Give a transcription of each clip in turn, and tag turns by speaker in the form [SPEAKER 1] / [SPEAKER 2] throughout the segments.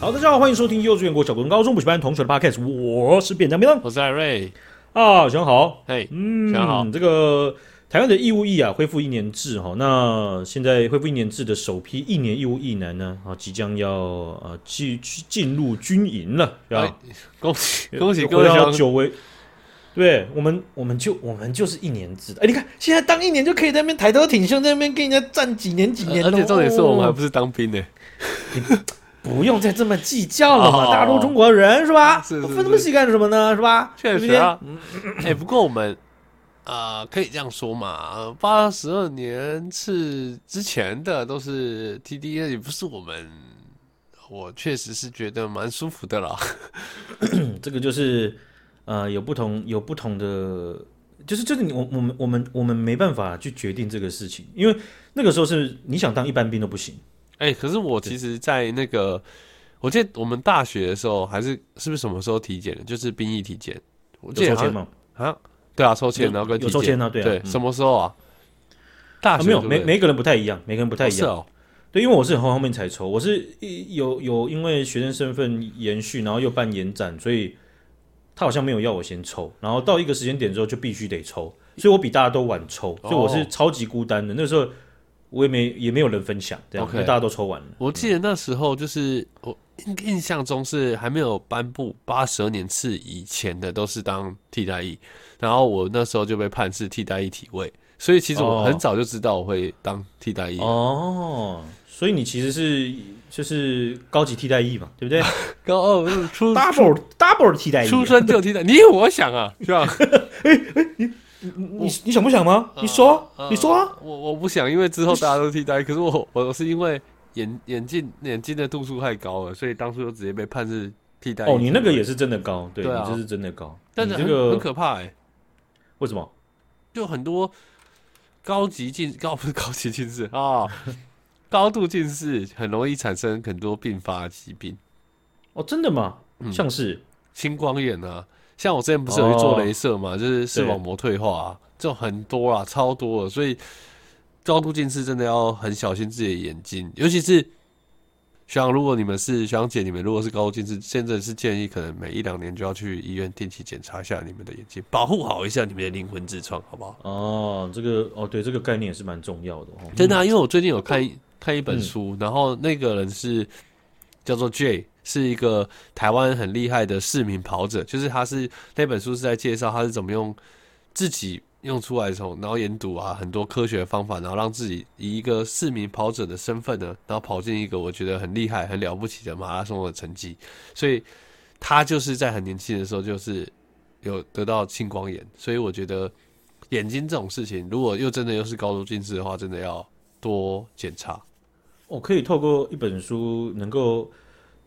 [SPEAKER 1] 好，大家好，欢迎收听幼稚园国小国中高中补习班同学的 podcast，我是便当便当
[SPEAKER 2] 我是艾瑞，
[SPEAKER 1] 啊，小好，
[SPEAKER 2] 嘿，
[SPEAKER 1] 嗯，
[SPEAKER 2] 小好
[SPEAKER 1] 这个台湾的义务役啊恢复一年制哈、那现在恢复一年制的首批一年义务役男呢，啊，即将要呃进进入军营了，对吧？
[SPEAKER 2] 哎恭喜恭喜各位
[SPEAKER 1] 回到
[SPEAKER 2] 乡
[SPEAKER 1] 久违。对我们，我们就我们就是一年制的。哎，你看现在当一年就可以在那边抬头挺胸，在那边跟人家站几年几年、
[SPEAKER 2] 而且重点是我们还
[SPEAKER 1] 哦
[SPEAKER 2] 不是当兵呢，
[SPEAKER 1] 不用再这么计较了嘛，
[SPEAKER 2] 哦
[SPEAKER 1] 大陆中国人是吧？
[SPEAKER 2] 是是
[SPEAKER 1] 分那么细干什么呢？是吧？
[SPEAKER 2] 确
[SPEAKER 1] 对
[SPEAKER 2] 实
[SPEAKER 1] 不对
[SPEAKER 2] 啊。哎，不过我们啊，可以这样说嘛，八十二年是之前的都是 TDA，也不是我们，我确实是觉得蛮舒服的啦。
[SPEAKER 1] 嗯这个就是呃，有不同有不同的，就是就是你我我们我们我们没办法去决定这个事情，因为那个时候是你想当一般兵都不行。
[SPEAKER 2] 哎、可是我其实，在那个，我记得我们大学的时候，还是是不是什么时候体检的？就是兵役体检，我记
[SPEAKER 1] 有
[SPEAKER 2] 得
[SPEAKER 1] 抽
[SPEAKER 2] 好
[SPEAKER 1] 签
[SPEAKER 2] 像
[SPEAKER 1] 吗？
[SPEAKER 2] 啊，对啊，抽签，
[SPEAKER 1] 有
[SPEAKER 2] 然后跟
[SPEAKER 1] 有
[SPEAKER 2] 体
[SPEAKER 1] 抽签啊对啊嗯
[SPEAKER 2] 什么时候啊？大
[SPEAKER 1] 啊，
[SPEAKER 2] 学
[SPEAKER 1] 没有，
[SPEAKER 2] 对不
[SPEAKER 1] 每
[SPEAKER 2] 对
[SPEAKER 1] 每一个人不太一样，每个人不太
[SPEAKER 2] 哦
[SPEAKER 1] 一
[SPEAKER 2] 是
[SPEAKER 1] 样。
[SPEAKER 2] 哦，
[SPEAKER 1] 对，因为我是很后面才抽，我是一有有因为学生身份延续，然后又办延展，所以他好像没有要我先抽，然后到一个时间点之后就必须得抽，所以我比大家都晚抽，所以我是
[SPEAKER 2] 哦
[SPEAKER 1] 超级孤单的。那时候我也没也没有人分享，这样
[SPEAKER 2] OK
[SPEAKER 1] 因为大家都抽完了。
[SPEAKER 2] 我记得那时候就是我印印象中是还没有颁布八十二年次以前的都是当替代役，然后我那时候就被判是替代役体位，所以其实我
[SPEAKER 1] 哦
[SPEAKER 2] 很早就知道我会当替代役，
[SPEAKER 1] 哦，所以你其实是就是高级替代役嘛，对不 对
[SPEAKER 2] 高二嗯出
[SPEAKER 1] ？double double 替代役，啊
[SPEAKER 2] 出生就替 代，你以为我想啊，是吧？
[SPEAKER 1] 你你想不想吗？你说啊，
[SPEAKER 2] 呃
[SPEAKER 1] 你说啊。
[SPEAKER 2] 我我不想，因为之后大家都替代。可是我我是因为眼眼镜眼睛的度数太高了，所以当初就直接被判是替代。
[SPEAKER 1] 哦，你那个也，是真的高，对
[SPEAKER 2] 嗯对啊
[SPEAKER 1] 你这是真的高，
[SPEAKER 2] 但是
[SPEAKER 1] 你
[SPEAKER 2] 很、
[SPEAKER 1] 这
[SPEAKER 2] 很
[SPEAKER 1] 个
[SPEAKER 2] 可怕哎、
[SPEAKER 1] 为什么？
[SPEAKER 2] 就很多高级近高不是高级近视啊、高度近视很容易产生很多并发疾病，
[SPEAKER 1] 哦，真的吗？
[SPEAKER 2] 嗯
[SPEAKER 1] 像是
[SPEAKER 2] 青光眼啊。像我之前不是有去做
[SPEAKER 1] 哦
[SPEAKER 2] 镭射嘛，就是视
[SPEAKER 1] 对
[SPEAKER 2] 网膜退化、啊，这种很多啊，超多了。所以高度近视真的要很小心自己的眼睛，尤其是学长，如果你们是学长姐，你们如果是高度近视，真的是建议可能每一两年就要去医院定期检查一下你们的眼睛，保护好一下你们的灵魂痔疮，好不好？
[SPEAKER 1] 哦，这个哦，对，这个概念也是蛮重要的哦。
[SPEAKER 2] 真的、啊，因为我最近有看一看一本书，然后那个人是叫做 J，是一个台湾很厉害的市民跑者，就是他是那本书是在介绍他是怎么用自己用出来的时候，然后研读啊很多科学方法，然后让自己以一个市民跑者的身份呢，然后跑进一个我觉得很厉害、很了不起的马拉松的成绩，所以他就是在很年轻的时候就是有得到青光眼，所以我觉得。眼睛这种事情，如果又真的又是高度近视的话，真的要多检查。
[SPEAKER 1] 我、哦可以透过一本书，能够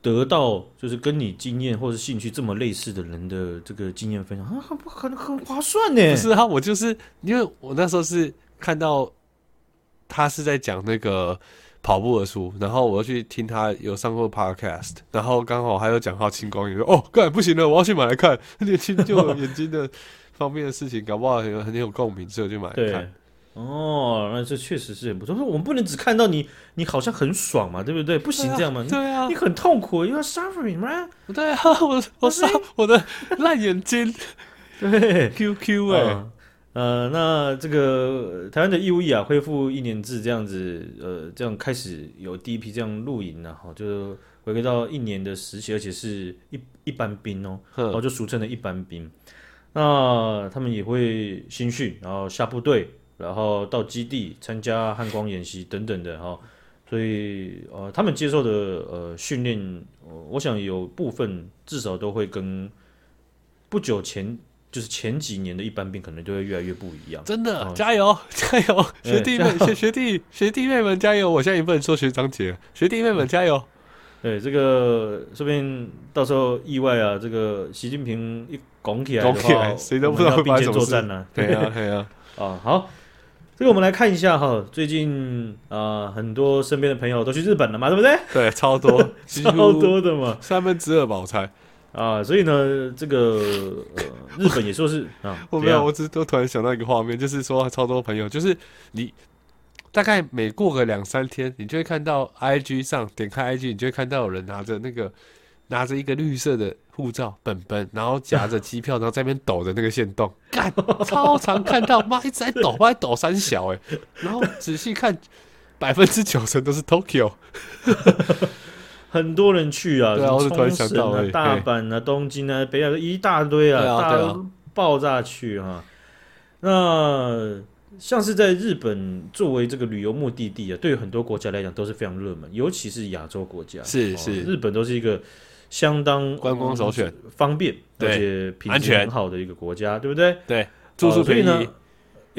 [SPEAKER 1] 得到就是跟你经验或者兴趣这么类似的人的这个经验分享啊，很很很划算呢。
[SPEAKER 2] 不是啊，我就是因为我那时候是看到他是在讲那个跑步的书，然后我又去听他有上过 podcast，然后刚好还有讲到青光眼，说哦，干不行了，我要去买来看。年轻就有眼睛的方面的事情，搞不好很有很有共鸣，所以我就买来
[SPEAKER 1] 对
[SPEAKER 2] 看。。
[SPEAKER 1] 哦，那这确实是很不错。我们不能只看到你，你好像很爽嘛，对不对？不行这样嘛，你
[SPEAKER 2] 对啊
[SPEAKER 1] 你，很痛苦，you are suffering, right？
[SPEAKER 2] 对啊，我我杀我的烂眼 睛
[SPEAKER 1] 对，
[SPEAKER 2] QQ 哎、
[SPEAKER 1] 嗯呃，那这个呃台湾的义务役啊，恢复一年制这样子，呃，这样开始有第一批这样露营了、啊、哈，就是回归到一年的实习，而且是一一般兵哦，然后
[SPEAKER 2] 哼，
[SPEAKER 1] 就俗称的一般兵。那他们也会新训，然后下部队，然后到基地参加汉光演习等等的哈、所以呃，他们接受的呃训练、呃我想有部分至少都会跟不久前就是前几年的一般兵可能就会越来越不一样。
[SPEAKER 2] 真的
[SPEAKER 1] 哦，
[SPEAKER 2] 加油加油，
[SPEAKER 1] 哎
[SPEAKER 2] 学弟妹
[SPEAKER 1] 加油
[SPEAKER 2] 学学弟学弟妹们加油！我现在也不能说学长姐，学弟
[SPEAKER 1] 嗯
[SPEAKER 2] 妹们 加油！
[SPEAKER 1] 对，这个说不定到时候意外啊，这个习近平一拱起来的
[SPEAKER 2] 拱起
[SPEAKER 1] 话，
[SPEAKER 2] 来谁都不知
[SPEAKER 1] 我
[SPEAKER 2] 道
[SPEAKER 1] 们要
[SPEAKER 2] 会发
[SPEAKER 1] 并肩
[SPEAKER 2] 生什么
[SPEAKER 1] 作
[SPEAKER 2] 事
[SPEAKER 1] 战呢、
[SPEAKER 2] 对啊对啊，
[SPEAKER 1] 啊，好，这个我们来看一下哈，最近啊、呃很多身边的朋友都去日本了嘛，对不对？
[SPEAKER 2] 对，超多几
[SPEAKER 1] 超
[SPEAKER 2] 乎
[SPEAKER 1] 多的嘛，
[SPEAKER 2] 三分之二吧，我猜。
[SPEAKER 1] 啊，所以呢，这个、呃、日本也说是啊，
[SPEAKER 2] 我
[SPEAKER 1] 怎
[SPEAKER 2] 没有，
[SPEAKER 1] 样
[SPEAKER 2] 我只是都突然想到一个画面，就是说超多朋友，就是你大概每过个两三天，你就会看到 IG 上点开 IG，你就会看到有人拿着那个拿着一个绿色的护照本本，然后夹着机票，然后在那边抖的那个线动，干超常看到，妈一直在抖，妈在抖三小哎、然后仔细看，百分之九十都是 Tokyo，
[SPEAKER 1] 很多人去啊，
[SPEAKER 2] 对啊
[SPEAKER 1] 什么
[SPEAKER 2] 我是突然
[SPEAKER 1] 冲
[SPEAKER 2] 想
[SPEAKER 1] 绳
[SPEAKER 2] 到
[SPEAKER 1] 啊
[SPEAKER 2] 而已、
[SPEAKER 1] 大
[SPEAKER 2] 嘿
[SPEAKER 1] 阪啊、东京啊、北海道一大堆
[SPEAKER 2] 对啊
[SPEAKER 1] 大
[SPEAKER 2] 对
[SPEAKER 1] 家
[SPEAKER 2] 啊
[SPEAKER 1] 都爆炸去哈、那像是在日本作为这个旅游目的地啊，对于很多国家来讲都是非常热门，尤其是亚洲国家，
[SPEAKER 2] 是
[SPEAKER 1] 哦
[SPEAKER 2] 是
[SPEAKER 1] 日本都是一个相当
[SPEAKER 2] 观光首选，
[SPEAKER 1] 嗯方便
[SPEAKER 2] 对
[SPEAKER 1] 而且品
[SPEAKER 2] 安
[SPEAKER 1] 质
[SPEAKER 2] 全
[SPEAKER 1] 很好的一个国家，对不对？
[SPEAKER 2] 对，住宿
[SPEAKER 1] 哦所以
[SPEAKER 2] 便
[SPEAKER 1] 呢
[SPEAKER 2] 宜，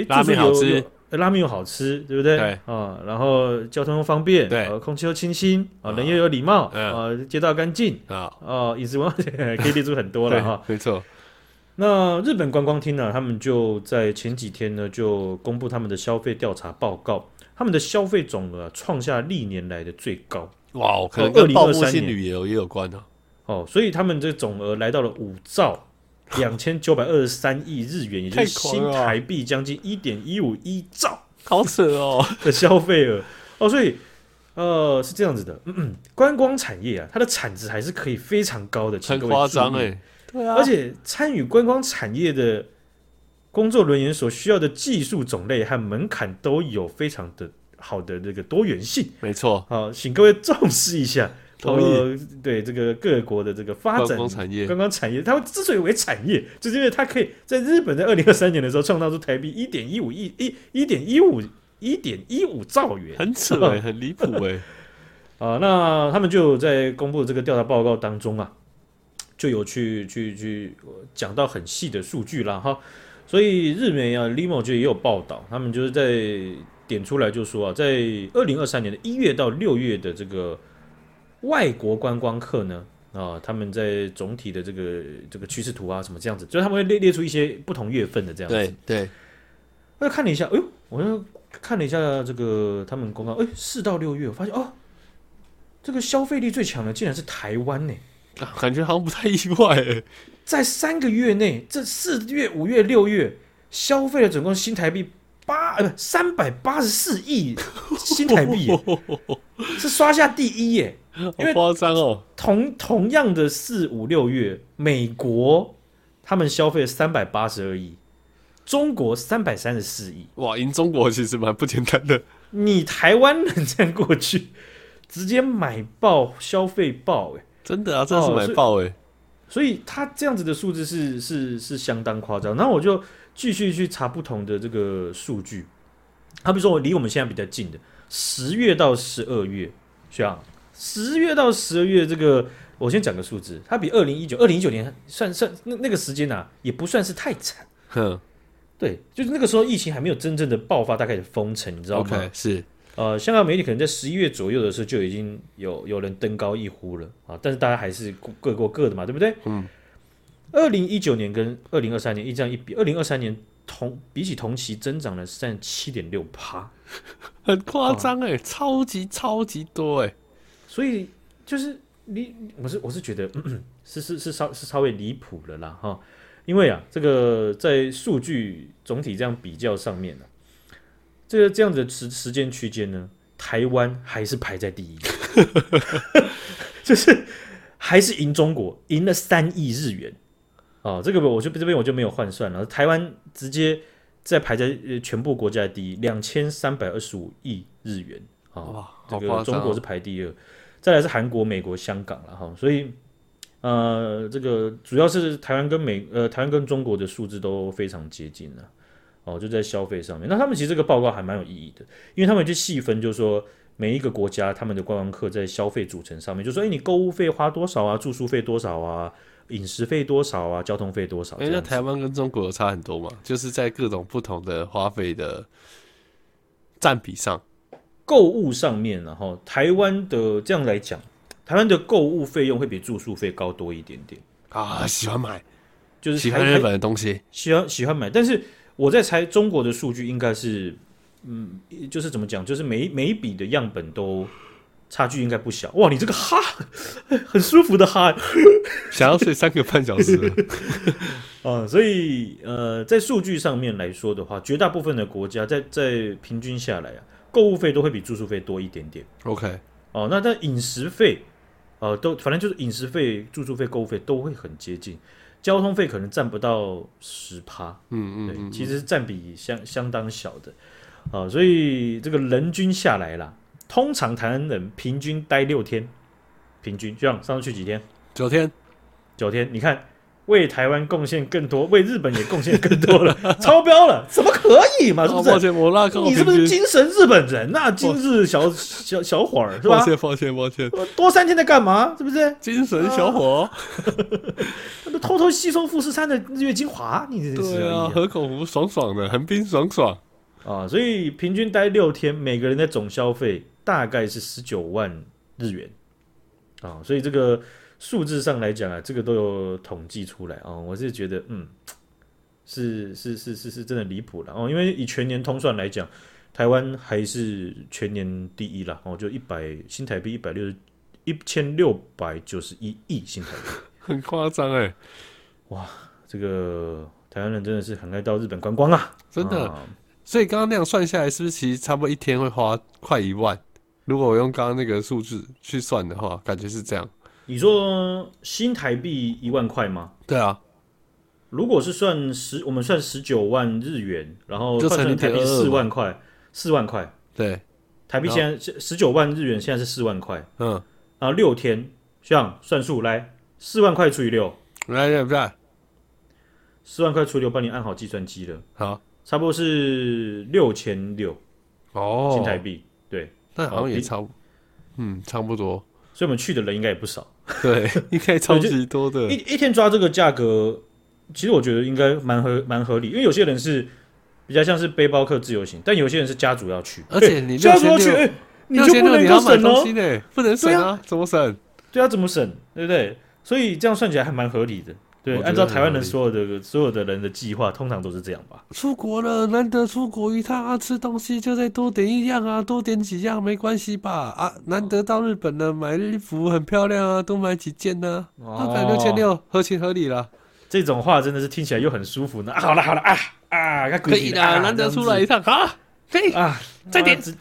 [SPEAKER 1] 诶
[SPEAKER 2] 拉面好，
[SPEAKER 1] 住宿有
[SPEAKER 2] 吃
[SPEAKER 1] 有呃拉面又好吃，对不对？
[SPEAKER 2] 对
[SPEAKER 1] 啊，然后交通又方便，
[SPEAKER 2] 对
[SPEAKER 1] 呃空气又清新，啊，
[SPEAKER 2] 啊
[SPEAKER 1] 人又有礼貌，
[SPEAKER 2] 嗯
[SPEAKER 1] 啊，街道干净，
[SPEAKER 2] 啊，
[SPEAKER 1] 啊，饮食文化可以列出很多
[SPEAKER 2] 对
[SPEAKER 1] 了哈。，
[SPEAKER 2] 没错，
[SPEAKER 1] 那日本观光厅呢，他们就在前几天呢就公布他们的消费调查报告，他们的消费总额啊创下历年来的最高
[SPEAKER 2] 哇，我可能
[SPEAKER 1] 哦
[SPEAKER 2] 跟报复
[SPEAKER 1] 2023
[SPEAKER 2] 性
[SPEAKER 1] 年
[SPEAKER 2] 旅游也有关哦，
[SPEAKER 1] 哦，所以他们这总额来到了五兆。两千九百二十三亿日元，也就是
[SPEAKER 2] 太狂
[SPEAKER 1] 新
[SPEAKER 2] 了啊
[SPEAKER 1] 台币将近一点一五一兆，
[SPEAKER 2] 好扯哦，
[SPEAKER 1] 的消费额哦，所以呃是这样子的， 嗯嗯，观光产业啊，它的产值还是可以非常高的，请
[SPEAKER 2] 很
[SPEAKER 1] 各位
[SPEAKER 2] 夸张
[SPEAKER 1] 注意
[SPEAKER 2] 哎，对啊
[SPEAKER 1] 而且参与观光产业的工作人员所需要的技术种类和门槛都有非常的好的这个多元性，
[SPEAKER 2] 没错，
[SPEAKER 1] 好、请各位重视一下。
[SPEAKER 2] 同意
[SPEAKER 1] 呃对这个各国的这个发
[SPEAKER 2] 观
[SPEAKER 1] 展
[SPEAKER 2] 光产业
[SPEAKER 1] 观光产业，它之所以为产业，就是因为它可以在日本在二零二三年的时候创造出台币一点一五亿一一点一五一点一五兆元
[SPEAKER 2] 很扯
[SPEAKER 1] 欸
[SPEAKER 2] 哎，很离谱 哎，
[SPEAKER 1] 啊、那他们就有在公布这个调查报告当中啊，就有去去去呃讲到很细的数据啦哈。所以日媒啊，Limo 就也有报道，他们就是在点出来就说啊，在二零二三年的一月到六月的这个外国观光客呢，啊，他们在总体的这个这个趋势图啊，什么这样子，就是他们会列列出一些不同月份的这样子。
[SPEAKER 2] 对对，
[SPEAKER 1] 我就看了一下，哎呦，我又看了一下这个他们公告，哎，四到六月，我发现哦，这个消费力最强的竟然是台湾呢，
[SPEAKER 2] 啊感觉好像不太意外哎，
[SPEAKER 1] 在三个月内，这四月、五月、六月消费了总共新台币八呃不三百八十四亿新台币耶，是刷下第一耶。 因
[SPEAKER 2] 好
[SPEAKER 1] 为
[SPEAKER 2] 夸张哦，
[SPEAKER 1] 同同样的四五六月，美国他们消费三百八十二亿，中国三百三十四亿。
[SPEAKER 2] 哇，赢中国其实蛮不简单的，
[SPEAKER 1] 你台湾人这样过去， 直接买爆消费爆、欸，
[SPEAKER 2] 真的啊，真的是
[SPEAKER 1] 哦
[SPEAKER 2] 买
[SPEAKER 1] 所以
[SPEAKER 2] 爆哎，
[SPEAKER 1] 所以他这样子的数字是是是相当夸张。然后我就继续去查不同的这个数据，好比说我离我们现在比较近的十月到十二月，学长，十月到十二月这个。我先讲个数字，它比二零一九二零一九年算算那那个时间啊，也不算是太惨，
[SPEAKER 2] 哼
[SPEAKER 1] 对，就是那个时候疫情还没有真正的爆发，大概的封城，你知道吗？
[SPEAKER 2] ，OK，是
[SPEAKER 1] 呃，香港媒体可能在十一月左右的时候就已经有有人登高一呼了啊，但是大家还是各各过各的嘛，对不对？
[SPEAKER 2] 嗯。
[SPEAKER 1] 二零一九年跟二零二三年一这样一比，二零二三年同比起同期增长了三十七点六趴，
[SPEAKER 2] 很夸张
[SPEAKER 1] 欸
[SPEAKER 2] 哎，超级超级多哎，
[SPEAKER 1] 所以就是你我是我是觉得 咳咳是是是稍是稍微离谱了啦哈，因为啊，这个在数据总体这样比较上面呢、啊这个这样子的时时间区间呢，台湾还是排在第一， 就是还是赢中国，赢了三亿日元。哦，这个我就这边我就没有换算了，台湾直接在排在呃全部国家的第一，两千三百二十五亿日元啊、哦
[SPEAKER 2] 哇，
[SPEAKER 1] 这
[SPEAKER 2] 好
[SPEAKER 1] 个
[SPEAKER 2] 夸
[SPEAKER 1] 中
[SPEAKER 2] 张
[SPEAKER 1] 国是
[SPEAKER 2] 哦，
[SPEAKER 1] 排第二，再来是韩国、美国、香港了哈，所以呃，这个主要是台湾跟美呃台湾跟中国的数字都非常接近了，哦，就在消费上面。那他们其实这个报告还蛮有意义的，因为他们去细分，就是说每一个国家他们的观光客在消费组成上面，就说哎，你购物费花多少啊，住宿费多少啊，饮食费多少啊，交通费多少这
[SPEAKER 2] 哎，
[SPEAKER 1] 样子？
[SPEAKER 2] 那台湾跟中国有差很多嘛，就是在各种不同的花费的占比上，
[SPEAKER 1] 购物上面，然后台湾的这样来讲，台湾的购物费用会比住宿费高多一点点。
[SPEAKER 2] 啊，喜欢买，
[SPEAKER 1] 就是
[SPEAKER 2] 喜
[SPEAKER 1] 台
[SPEAKER 2] 欢
[SPEAKER 1] 台
[SPEAKER 2] 日本的东西，
[SPEAKER 1] 喜欢喜欢买，但是我在猜中国的数据应该是，嗯，就是怎么讲，就是每一每一笔的样本都差距应该不小。哇，你这个哈， 很舒服的哈，
[SPEAKER 2] 想要睡三个半小时了，
[SPEAKER 1] 啊、所以呃，在数据上面来说的话，绝大部分的国家在在平均下来啊，购物费都会比住宿费多一点点。
[SPEAKER 2] OK，
[SPEAKER 1] 哦，那但饮食费，呃，都反正就是饮食费、住宿费、购物费都会很接近，交通费可能占不到十趴，
[SPEAKER 2] 嗯
[SPEAKER 1] 对，
[SPEAKER 2] 嗯嗯，
[SPEAKER 1] 其实占比相相当小的，啊、所以这个人均下来啦，通常台湾人平均待六天，平均就像上次去几天，
[SPEAKER 2] 九天，
[SPEAKER 1] 九天，你看为台湾贡献更多，为日本也贡献更多 了，超标了，怎么可以嘛？是不
[SPEAKER 2] 哦抱
[SPEAKER 1] 是？
[SPEAKER 2] 歉，我那个
[SPEAKER 1] 你是不是精神日本人呐、今日小小小伙儿是吧
[SPEAKER 2] 抱？歉，抱歉，抱歉，
[SPEAKER 1] 多三天在干嘛？是不是？
[SPEAKER 2] 精神小伙，
[SPEAKER 1] 那偷偷吸收富士山的日月精华，你这是
[SPEAKER 2] 对啊，
[SPEAKER 1] 而已
[SPEAKER 2] 河口湖爽爽的，横滨爽爽，
[SPEAKER 1] 啊，所以平均待六天，每个人的总消费大概是十九万日元啊，所以这个数字上来讲啊，这个都有统计出来啊，我是觉得嗯，是是是是是真的离谱了哦，因为以全年通算来讲，台湾还是全年第一啦哦，就一百新台币一百六十一千六百九十一亿新台币。
[SPEAKER 2] 很夸张哎，
[SPEAKER 1] 这个台湾人真的是很爱到日本观光啊，
[SPEAKER 2] 真的。
[SPEAKER 1] 啊
[SPEAKER 2] 所以刚刚那样算下来，是不是其实差不多一天会花快一万？如果我用刚刚那个数字去算的话，感觉是这样。
[SPEAKER 1] 你说新台币一万块吗？
[SPEAKER 2] 对啊，
[SPEAKER 1] 如果是算十，我们算十九万日元，然后
[SPEAKER 2] 就
[SPEAKER 1] 换
[SPEAKER 2] 乘
[SPEAKER 1] 成台币
[SPEAKER 2] 0.22
[SPEAKER 1] 四万块，四万块
[SPEAKER 2] 对，
[SPEAKER 1] 台币现在十九万日元现在是四万块，
[SPEAKER 2] 嗯，
[SPEAKER 1] 然后六天，像算数来，四万块除以六，
[SPEAKER 2] 来来来，
[SPEAKER 1] 四万块除以六，帮你按好计算机了，
[SPEAKER 2] 好
[SPEAKER 1] 差不多是六千六
[SPEAKER 2] 哦，
[SPEAKER 1] 新台币，对，
[SPEAKER 2] 那好像
[SPEAKER 1] 哦
[SPEAKER 2] 也
[SPEAKER 1] 比
[SPEAKER 2] 差不，嗯，差不 多，
[SPEAKER 1] 所以我们去的人应该也不少。
[SPEAKER 2] 对，应该超级多的
[SPEAKER 1] 一，一天抓这个价格，其实我觉得应该蛮合蛮合理，因为有些人是比较像是背包客自由行，但有些人是家族要去，
[SPEAKER 2] 而且
[SPEAKER 1] 哎
[SPEAKER 2] 你
[SPEAKER 1] 家族要去，
[SPEAKER 2] 6600
[SPEAKER 1] 哎你
[SPEAKER 2] 六
[SPEAKER 1] 就
[SPEAKER 2] 千
[SPEAKER 1] 不
[SPEAKER 2] 六
[SPEAKER 1] 能
[SPEAKER 2] 你
[SPEAKER 1] 够
[SPEAKER 2] 要买
[SPEAKER 1] 省
[SPEAKER 2] 东
[SPEAKER 1] 哦
[SPEAKER 2] 西，呢，不能省啊，怎么省？
[SPEAKER 1] 对啊，怎么省，对不对？所以这样算起来还蛮合理的。对，
[SPEAKER 2] 我觉得
[SPEAKER 1] 按照
[SPEAKER 2] 很
[SPEAKER 1] 台湾
[SPEAKER 2] 合
[SPEAKER 1] 人
[SPEAKER 2] 理
[SPEAKER 1] 所有的所有的人的计划，通常都是这样吧。
[SPEAKER 2] 出国了，难得出国一趟啊，吃东西就再多点一样啊，多点几样没关系吧？啊，难得到日本了，买衣服很漂亮啊，多买几件呢、啊，
[SPEAKER 1] 哦
[SPEAKER 2] 啊，六千六，合情合理啦，
[SPEAKER 1] 这种话真的是听起来又很舒服呢。啊，好了好了啊啊，看鬼
[SPEAKER 2] 可以
[SPEAKER 1] 体
[SPEAKER 2] 啦，
[SPEAKER 1] 啊
[SPEAKER 2] 难得
[SPEAKER 1] 这样
[SPEAKER 2] 出来一
[SPEAKER 1] 子
[SPEAKER 2] 趟啊，可以，
[SPEAKER 1] 啊，
[SPEAKER 2] 再
[SPEAKER 1] 妈
[SPEAKER 2] 点
[SPEAKER 1] 直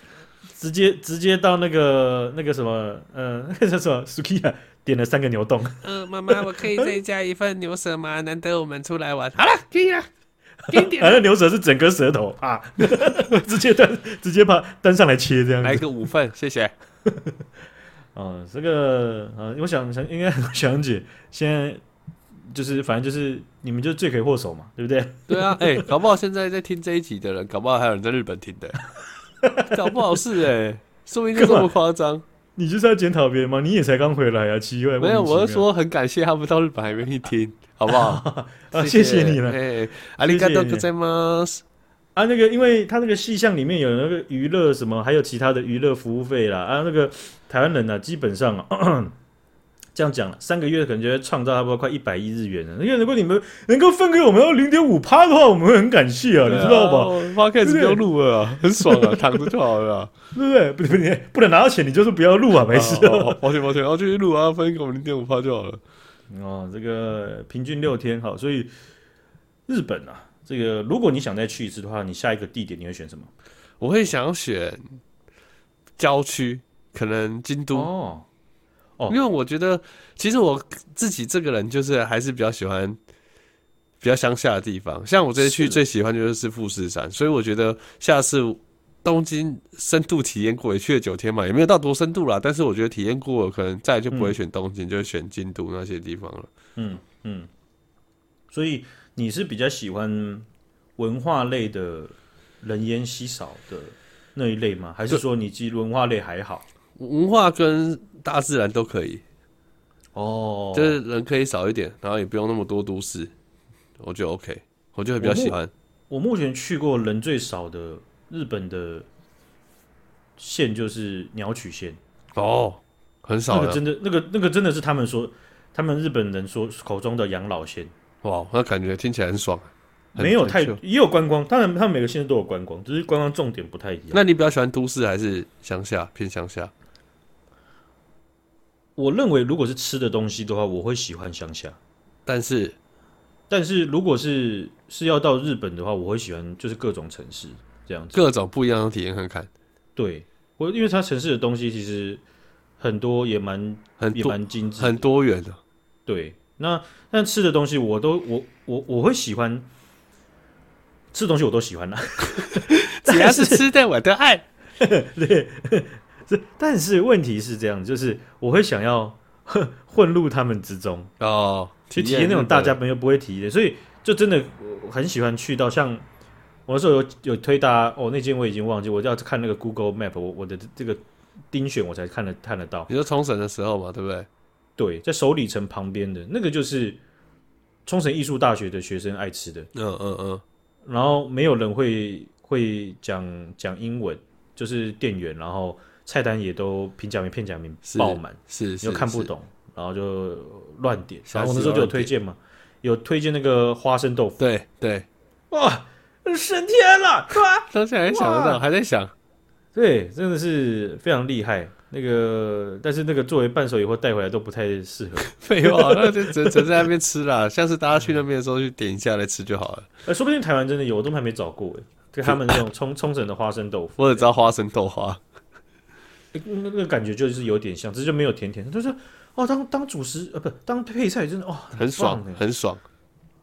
[SPEAKER 1] 直接直接到那个那个什么呃那个叫什么 Sukiya 点了三个牛洞。
[SPEAKER 2] 呃，妈妈，我可以再加一份牛舌吗？难得我们出来玩，好了，可以了，给你点
[SPEAKER 1] 啊，
[SPEAKER 2] 了，
[SPEAKER 1] 那牛舌是整个舌头啊， 直接端直接把端上来切这样
[SPEAKER 2] 来
[SPEAKER 1] 子。
[SPEAKER 2] 个五份，谢谢。
[SPEAKER 1] 嗯，这个呃，我想想应该很想姐现在就是反正就是你们就罪魁祸首嘛，对不 对？
[SPEAKER 2] 对啊，哎、搞不好现在在听这一集的人，搞不好还有人在日本听 的，搞不好是哎、说不定就这么夸张。
[SPEAKER 1] 你就是要检讨别人吗？你也才刚回来啊，奇怪。
[SPEAKER 2] 没有，
[SPEAKER 1] 莫
[SPEAKER 2] 我
[SPEAKER 1] 名
[SPEAKER 2] 是
[SPEAKER 1] 其妙
[SPEAKER 2] 说很感谢他们到日本还愿意听，好不好？
[SPEAKER 1] 啊，谢谢你了
[SPEAKER 2] 哎、阿里嘎多
[SPEAKER 1] 谢谢你
[SPEAKER 2] ございます。
[SPEAKER 1] 啊。那个，因为他那个细项里面有那个娱乐什么，还有其他的娱乐服务费啦啊。那个台湾人呢、啊，基本上、啊、这样讲了，三个月可能就会创造差不多快一百亿日元了。因为如果你们能够分给我们零点五趴的话，我们会很感谢啊，你知道吧？
[SPEAKER 2] p o d c a s 哦不用录了啊，很爽 啊，躺着就好了啊。
[SPEAKER 1] 对不对？不不，你不能拿到钱，你就是不要录啊，没事。
[SPEAKER 2] 哦，哦抱歉抱歉，然后继续录啊，分给我们零点五趴就好了。
[SPEAKER 1] 哦，这个平均六天，好，所以日本啊，这个如果你想再去一次的话，你下一个地点你会选什么？
[SPEAKER 2] 我会想选郊区，可能京都。
[SPEAKER 1] 哦，哦
[SPEAKER 2] 因为我觉得，其实我自己这个人就是还是比较喜欢比较乡下的地方。像我这次去
[SPEAKER 1] 是
[SPEAKER 2] 最喜欢就是富士山，所以我觉得下次东京深度体验过，也去了九天嘛，也没有到多深度啦。但是我觉得体验过，可能再来就不会选东京，就会选京都那些地方了。
[SPEAKER 1] 嗯嗯，所以你是比较喜欢文化类的人烟稀少的那一类吗？还是说你其实文化类还好？
[SPEAKER 2] 文化跟大自然都可以，
[SPEAKER 1] 哦，
[SPEAKER 2] 就是人可以少一点，然后也不用那么多都市，我就 OK，我就会比较喜欢。
[SPEAKER 1] 我目前去过人最少的日本的县就是鸟取县。
[SPEAKER 2] 哦，很少
[SPEAKER 1] 那个
[SPEAKER 2] 了，
[SPEAKER 1] 真的，那个那个真的是他们说，他们日本人说口中的养老县，
[SPEAKER 2] 哇，那感觉听起来很爽。很
[SPEAKER 1] 没有太
[SPEAKER 2] 很 chill
[SPEAKER 1] 也有观光，当然他们每个县都有观光，只是观光重点不太一样。
[SPEAKER 2] 那你比较喜欢都市还是乡下？偏乡下？
[SPEAKER 1] 我认为如果是吃的东西的话，我会喜欢乡下，
[SPEAKER 2] 但是
[SPEAKER 1] 但是如果是是要到日本的话，我会喜欢就是各种城市这样子。
[SPEAKER 2] 各种不一样的体验看看。
[SPEAKER 1] 对我，因为它城市的东西其实很多也蛮
[SPEAKER 2] 很
[SPEAKER 1] 也
[SPEAKER 2] 多
[SPEAKER 1] 蛮精致的，
[SPEAKER 2] 很多元哦 的，
[SPEAKER 1] 对，那但吃的东西我都我我我会喜欢，吃的东西我都喜欢啦。
[SPEAKER 2] 只要是吃的我都爱。
[SPEAKER 1] 是但是问题是这样，就是我会想要呵混入他们之中，
[SPEAKER 2] 哦，
[SPEAKER 1] 去体验那种
[SPEAKER 2] 日本
[SPEAKER 1] 大家朋友不会体验的，所以就真的呃我很喜欢去到像我那时候有有推大家哦，那间我已经忘记，我要看那个 Google Map，我我的这个丁选我才看得看得到，
[SPEAKER 2] 你说冲绳的时候嘛，对不对？
[SPEAKER 1] 对，在首里城旁边的那个就是冲绳艺术大学的学生爱吃的，
[SPEAKER 2] 嗯嗯嗯，
[SPEAKER 1] 然后没有人会会讲讲英文，就是店员，然后菜单也都平假名片假名
[SPEAKER 2] 是
[SPEAKER 1] 爆满，
[SPEAKER 2] 是是，
[SPEAKER 1] 又看不
[SPEAKER 2] 是，
[SPEAKER 1] 懂，然后就乱点。
[SPEAKER 2] 瞎
[SPEAKER 1] 然后我那时候就有
[SPEAKER 2] 吃乱点
[SPEAKER 1] 推荐嘛，有推荐那个花生豆腐，
[SPEAKER 2] 对对，
[SPEAKER 1] 哇，升天了，哦是吧？
[SPEAKER 2] 当时还想得到，还在想，
[SPEAKER 1] 对，真的是非常厉害。那个，但是那个作为伴手礼或带回来都不太适 合。
[SPEAKER 2] 废话，那就只只在那边吃啦。 下次大家去那边的时候，去点一下来吃就好了。
[SPEAKER 1] 呃，说不定台湾真的有，我都还没找过哎。就他们那种冲冲绳的花生豆腐，
[SPEAKER 2] 我只知道花生豆花，
[SPEAKER 1] 欸那那个感觉就是有点像，只是就没有甜甜，就是哦，当当主食呃，不当配菜，真的哦，
[SPEAKER 2] 很爽
[SPEAKER 1] 棒，哎
[SPEAKER 2] 很爽。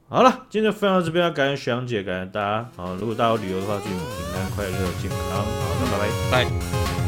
[SPEAKER 1] 好了，今天就分享到这边，要感谢徐阳姐，感谢大家。好，如果大家有旅游的话，祝你们平安快乐、健康。好，那拜拜。
[SPEAKER 2] 拜。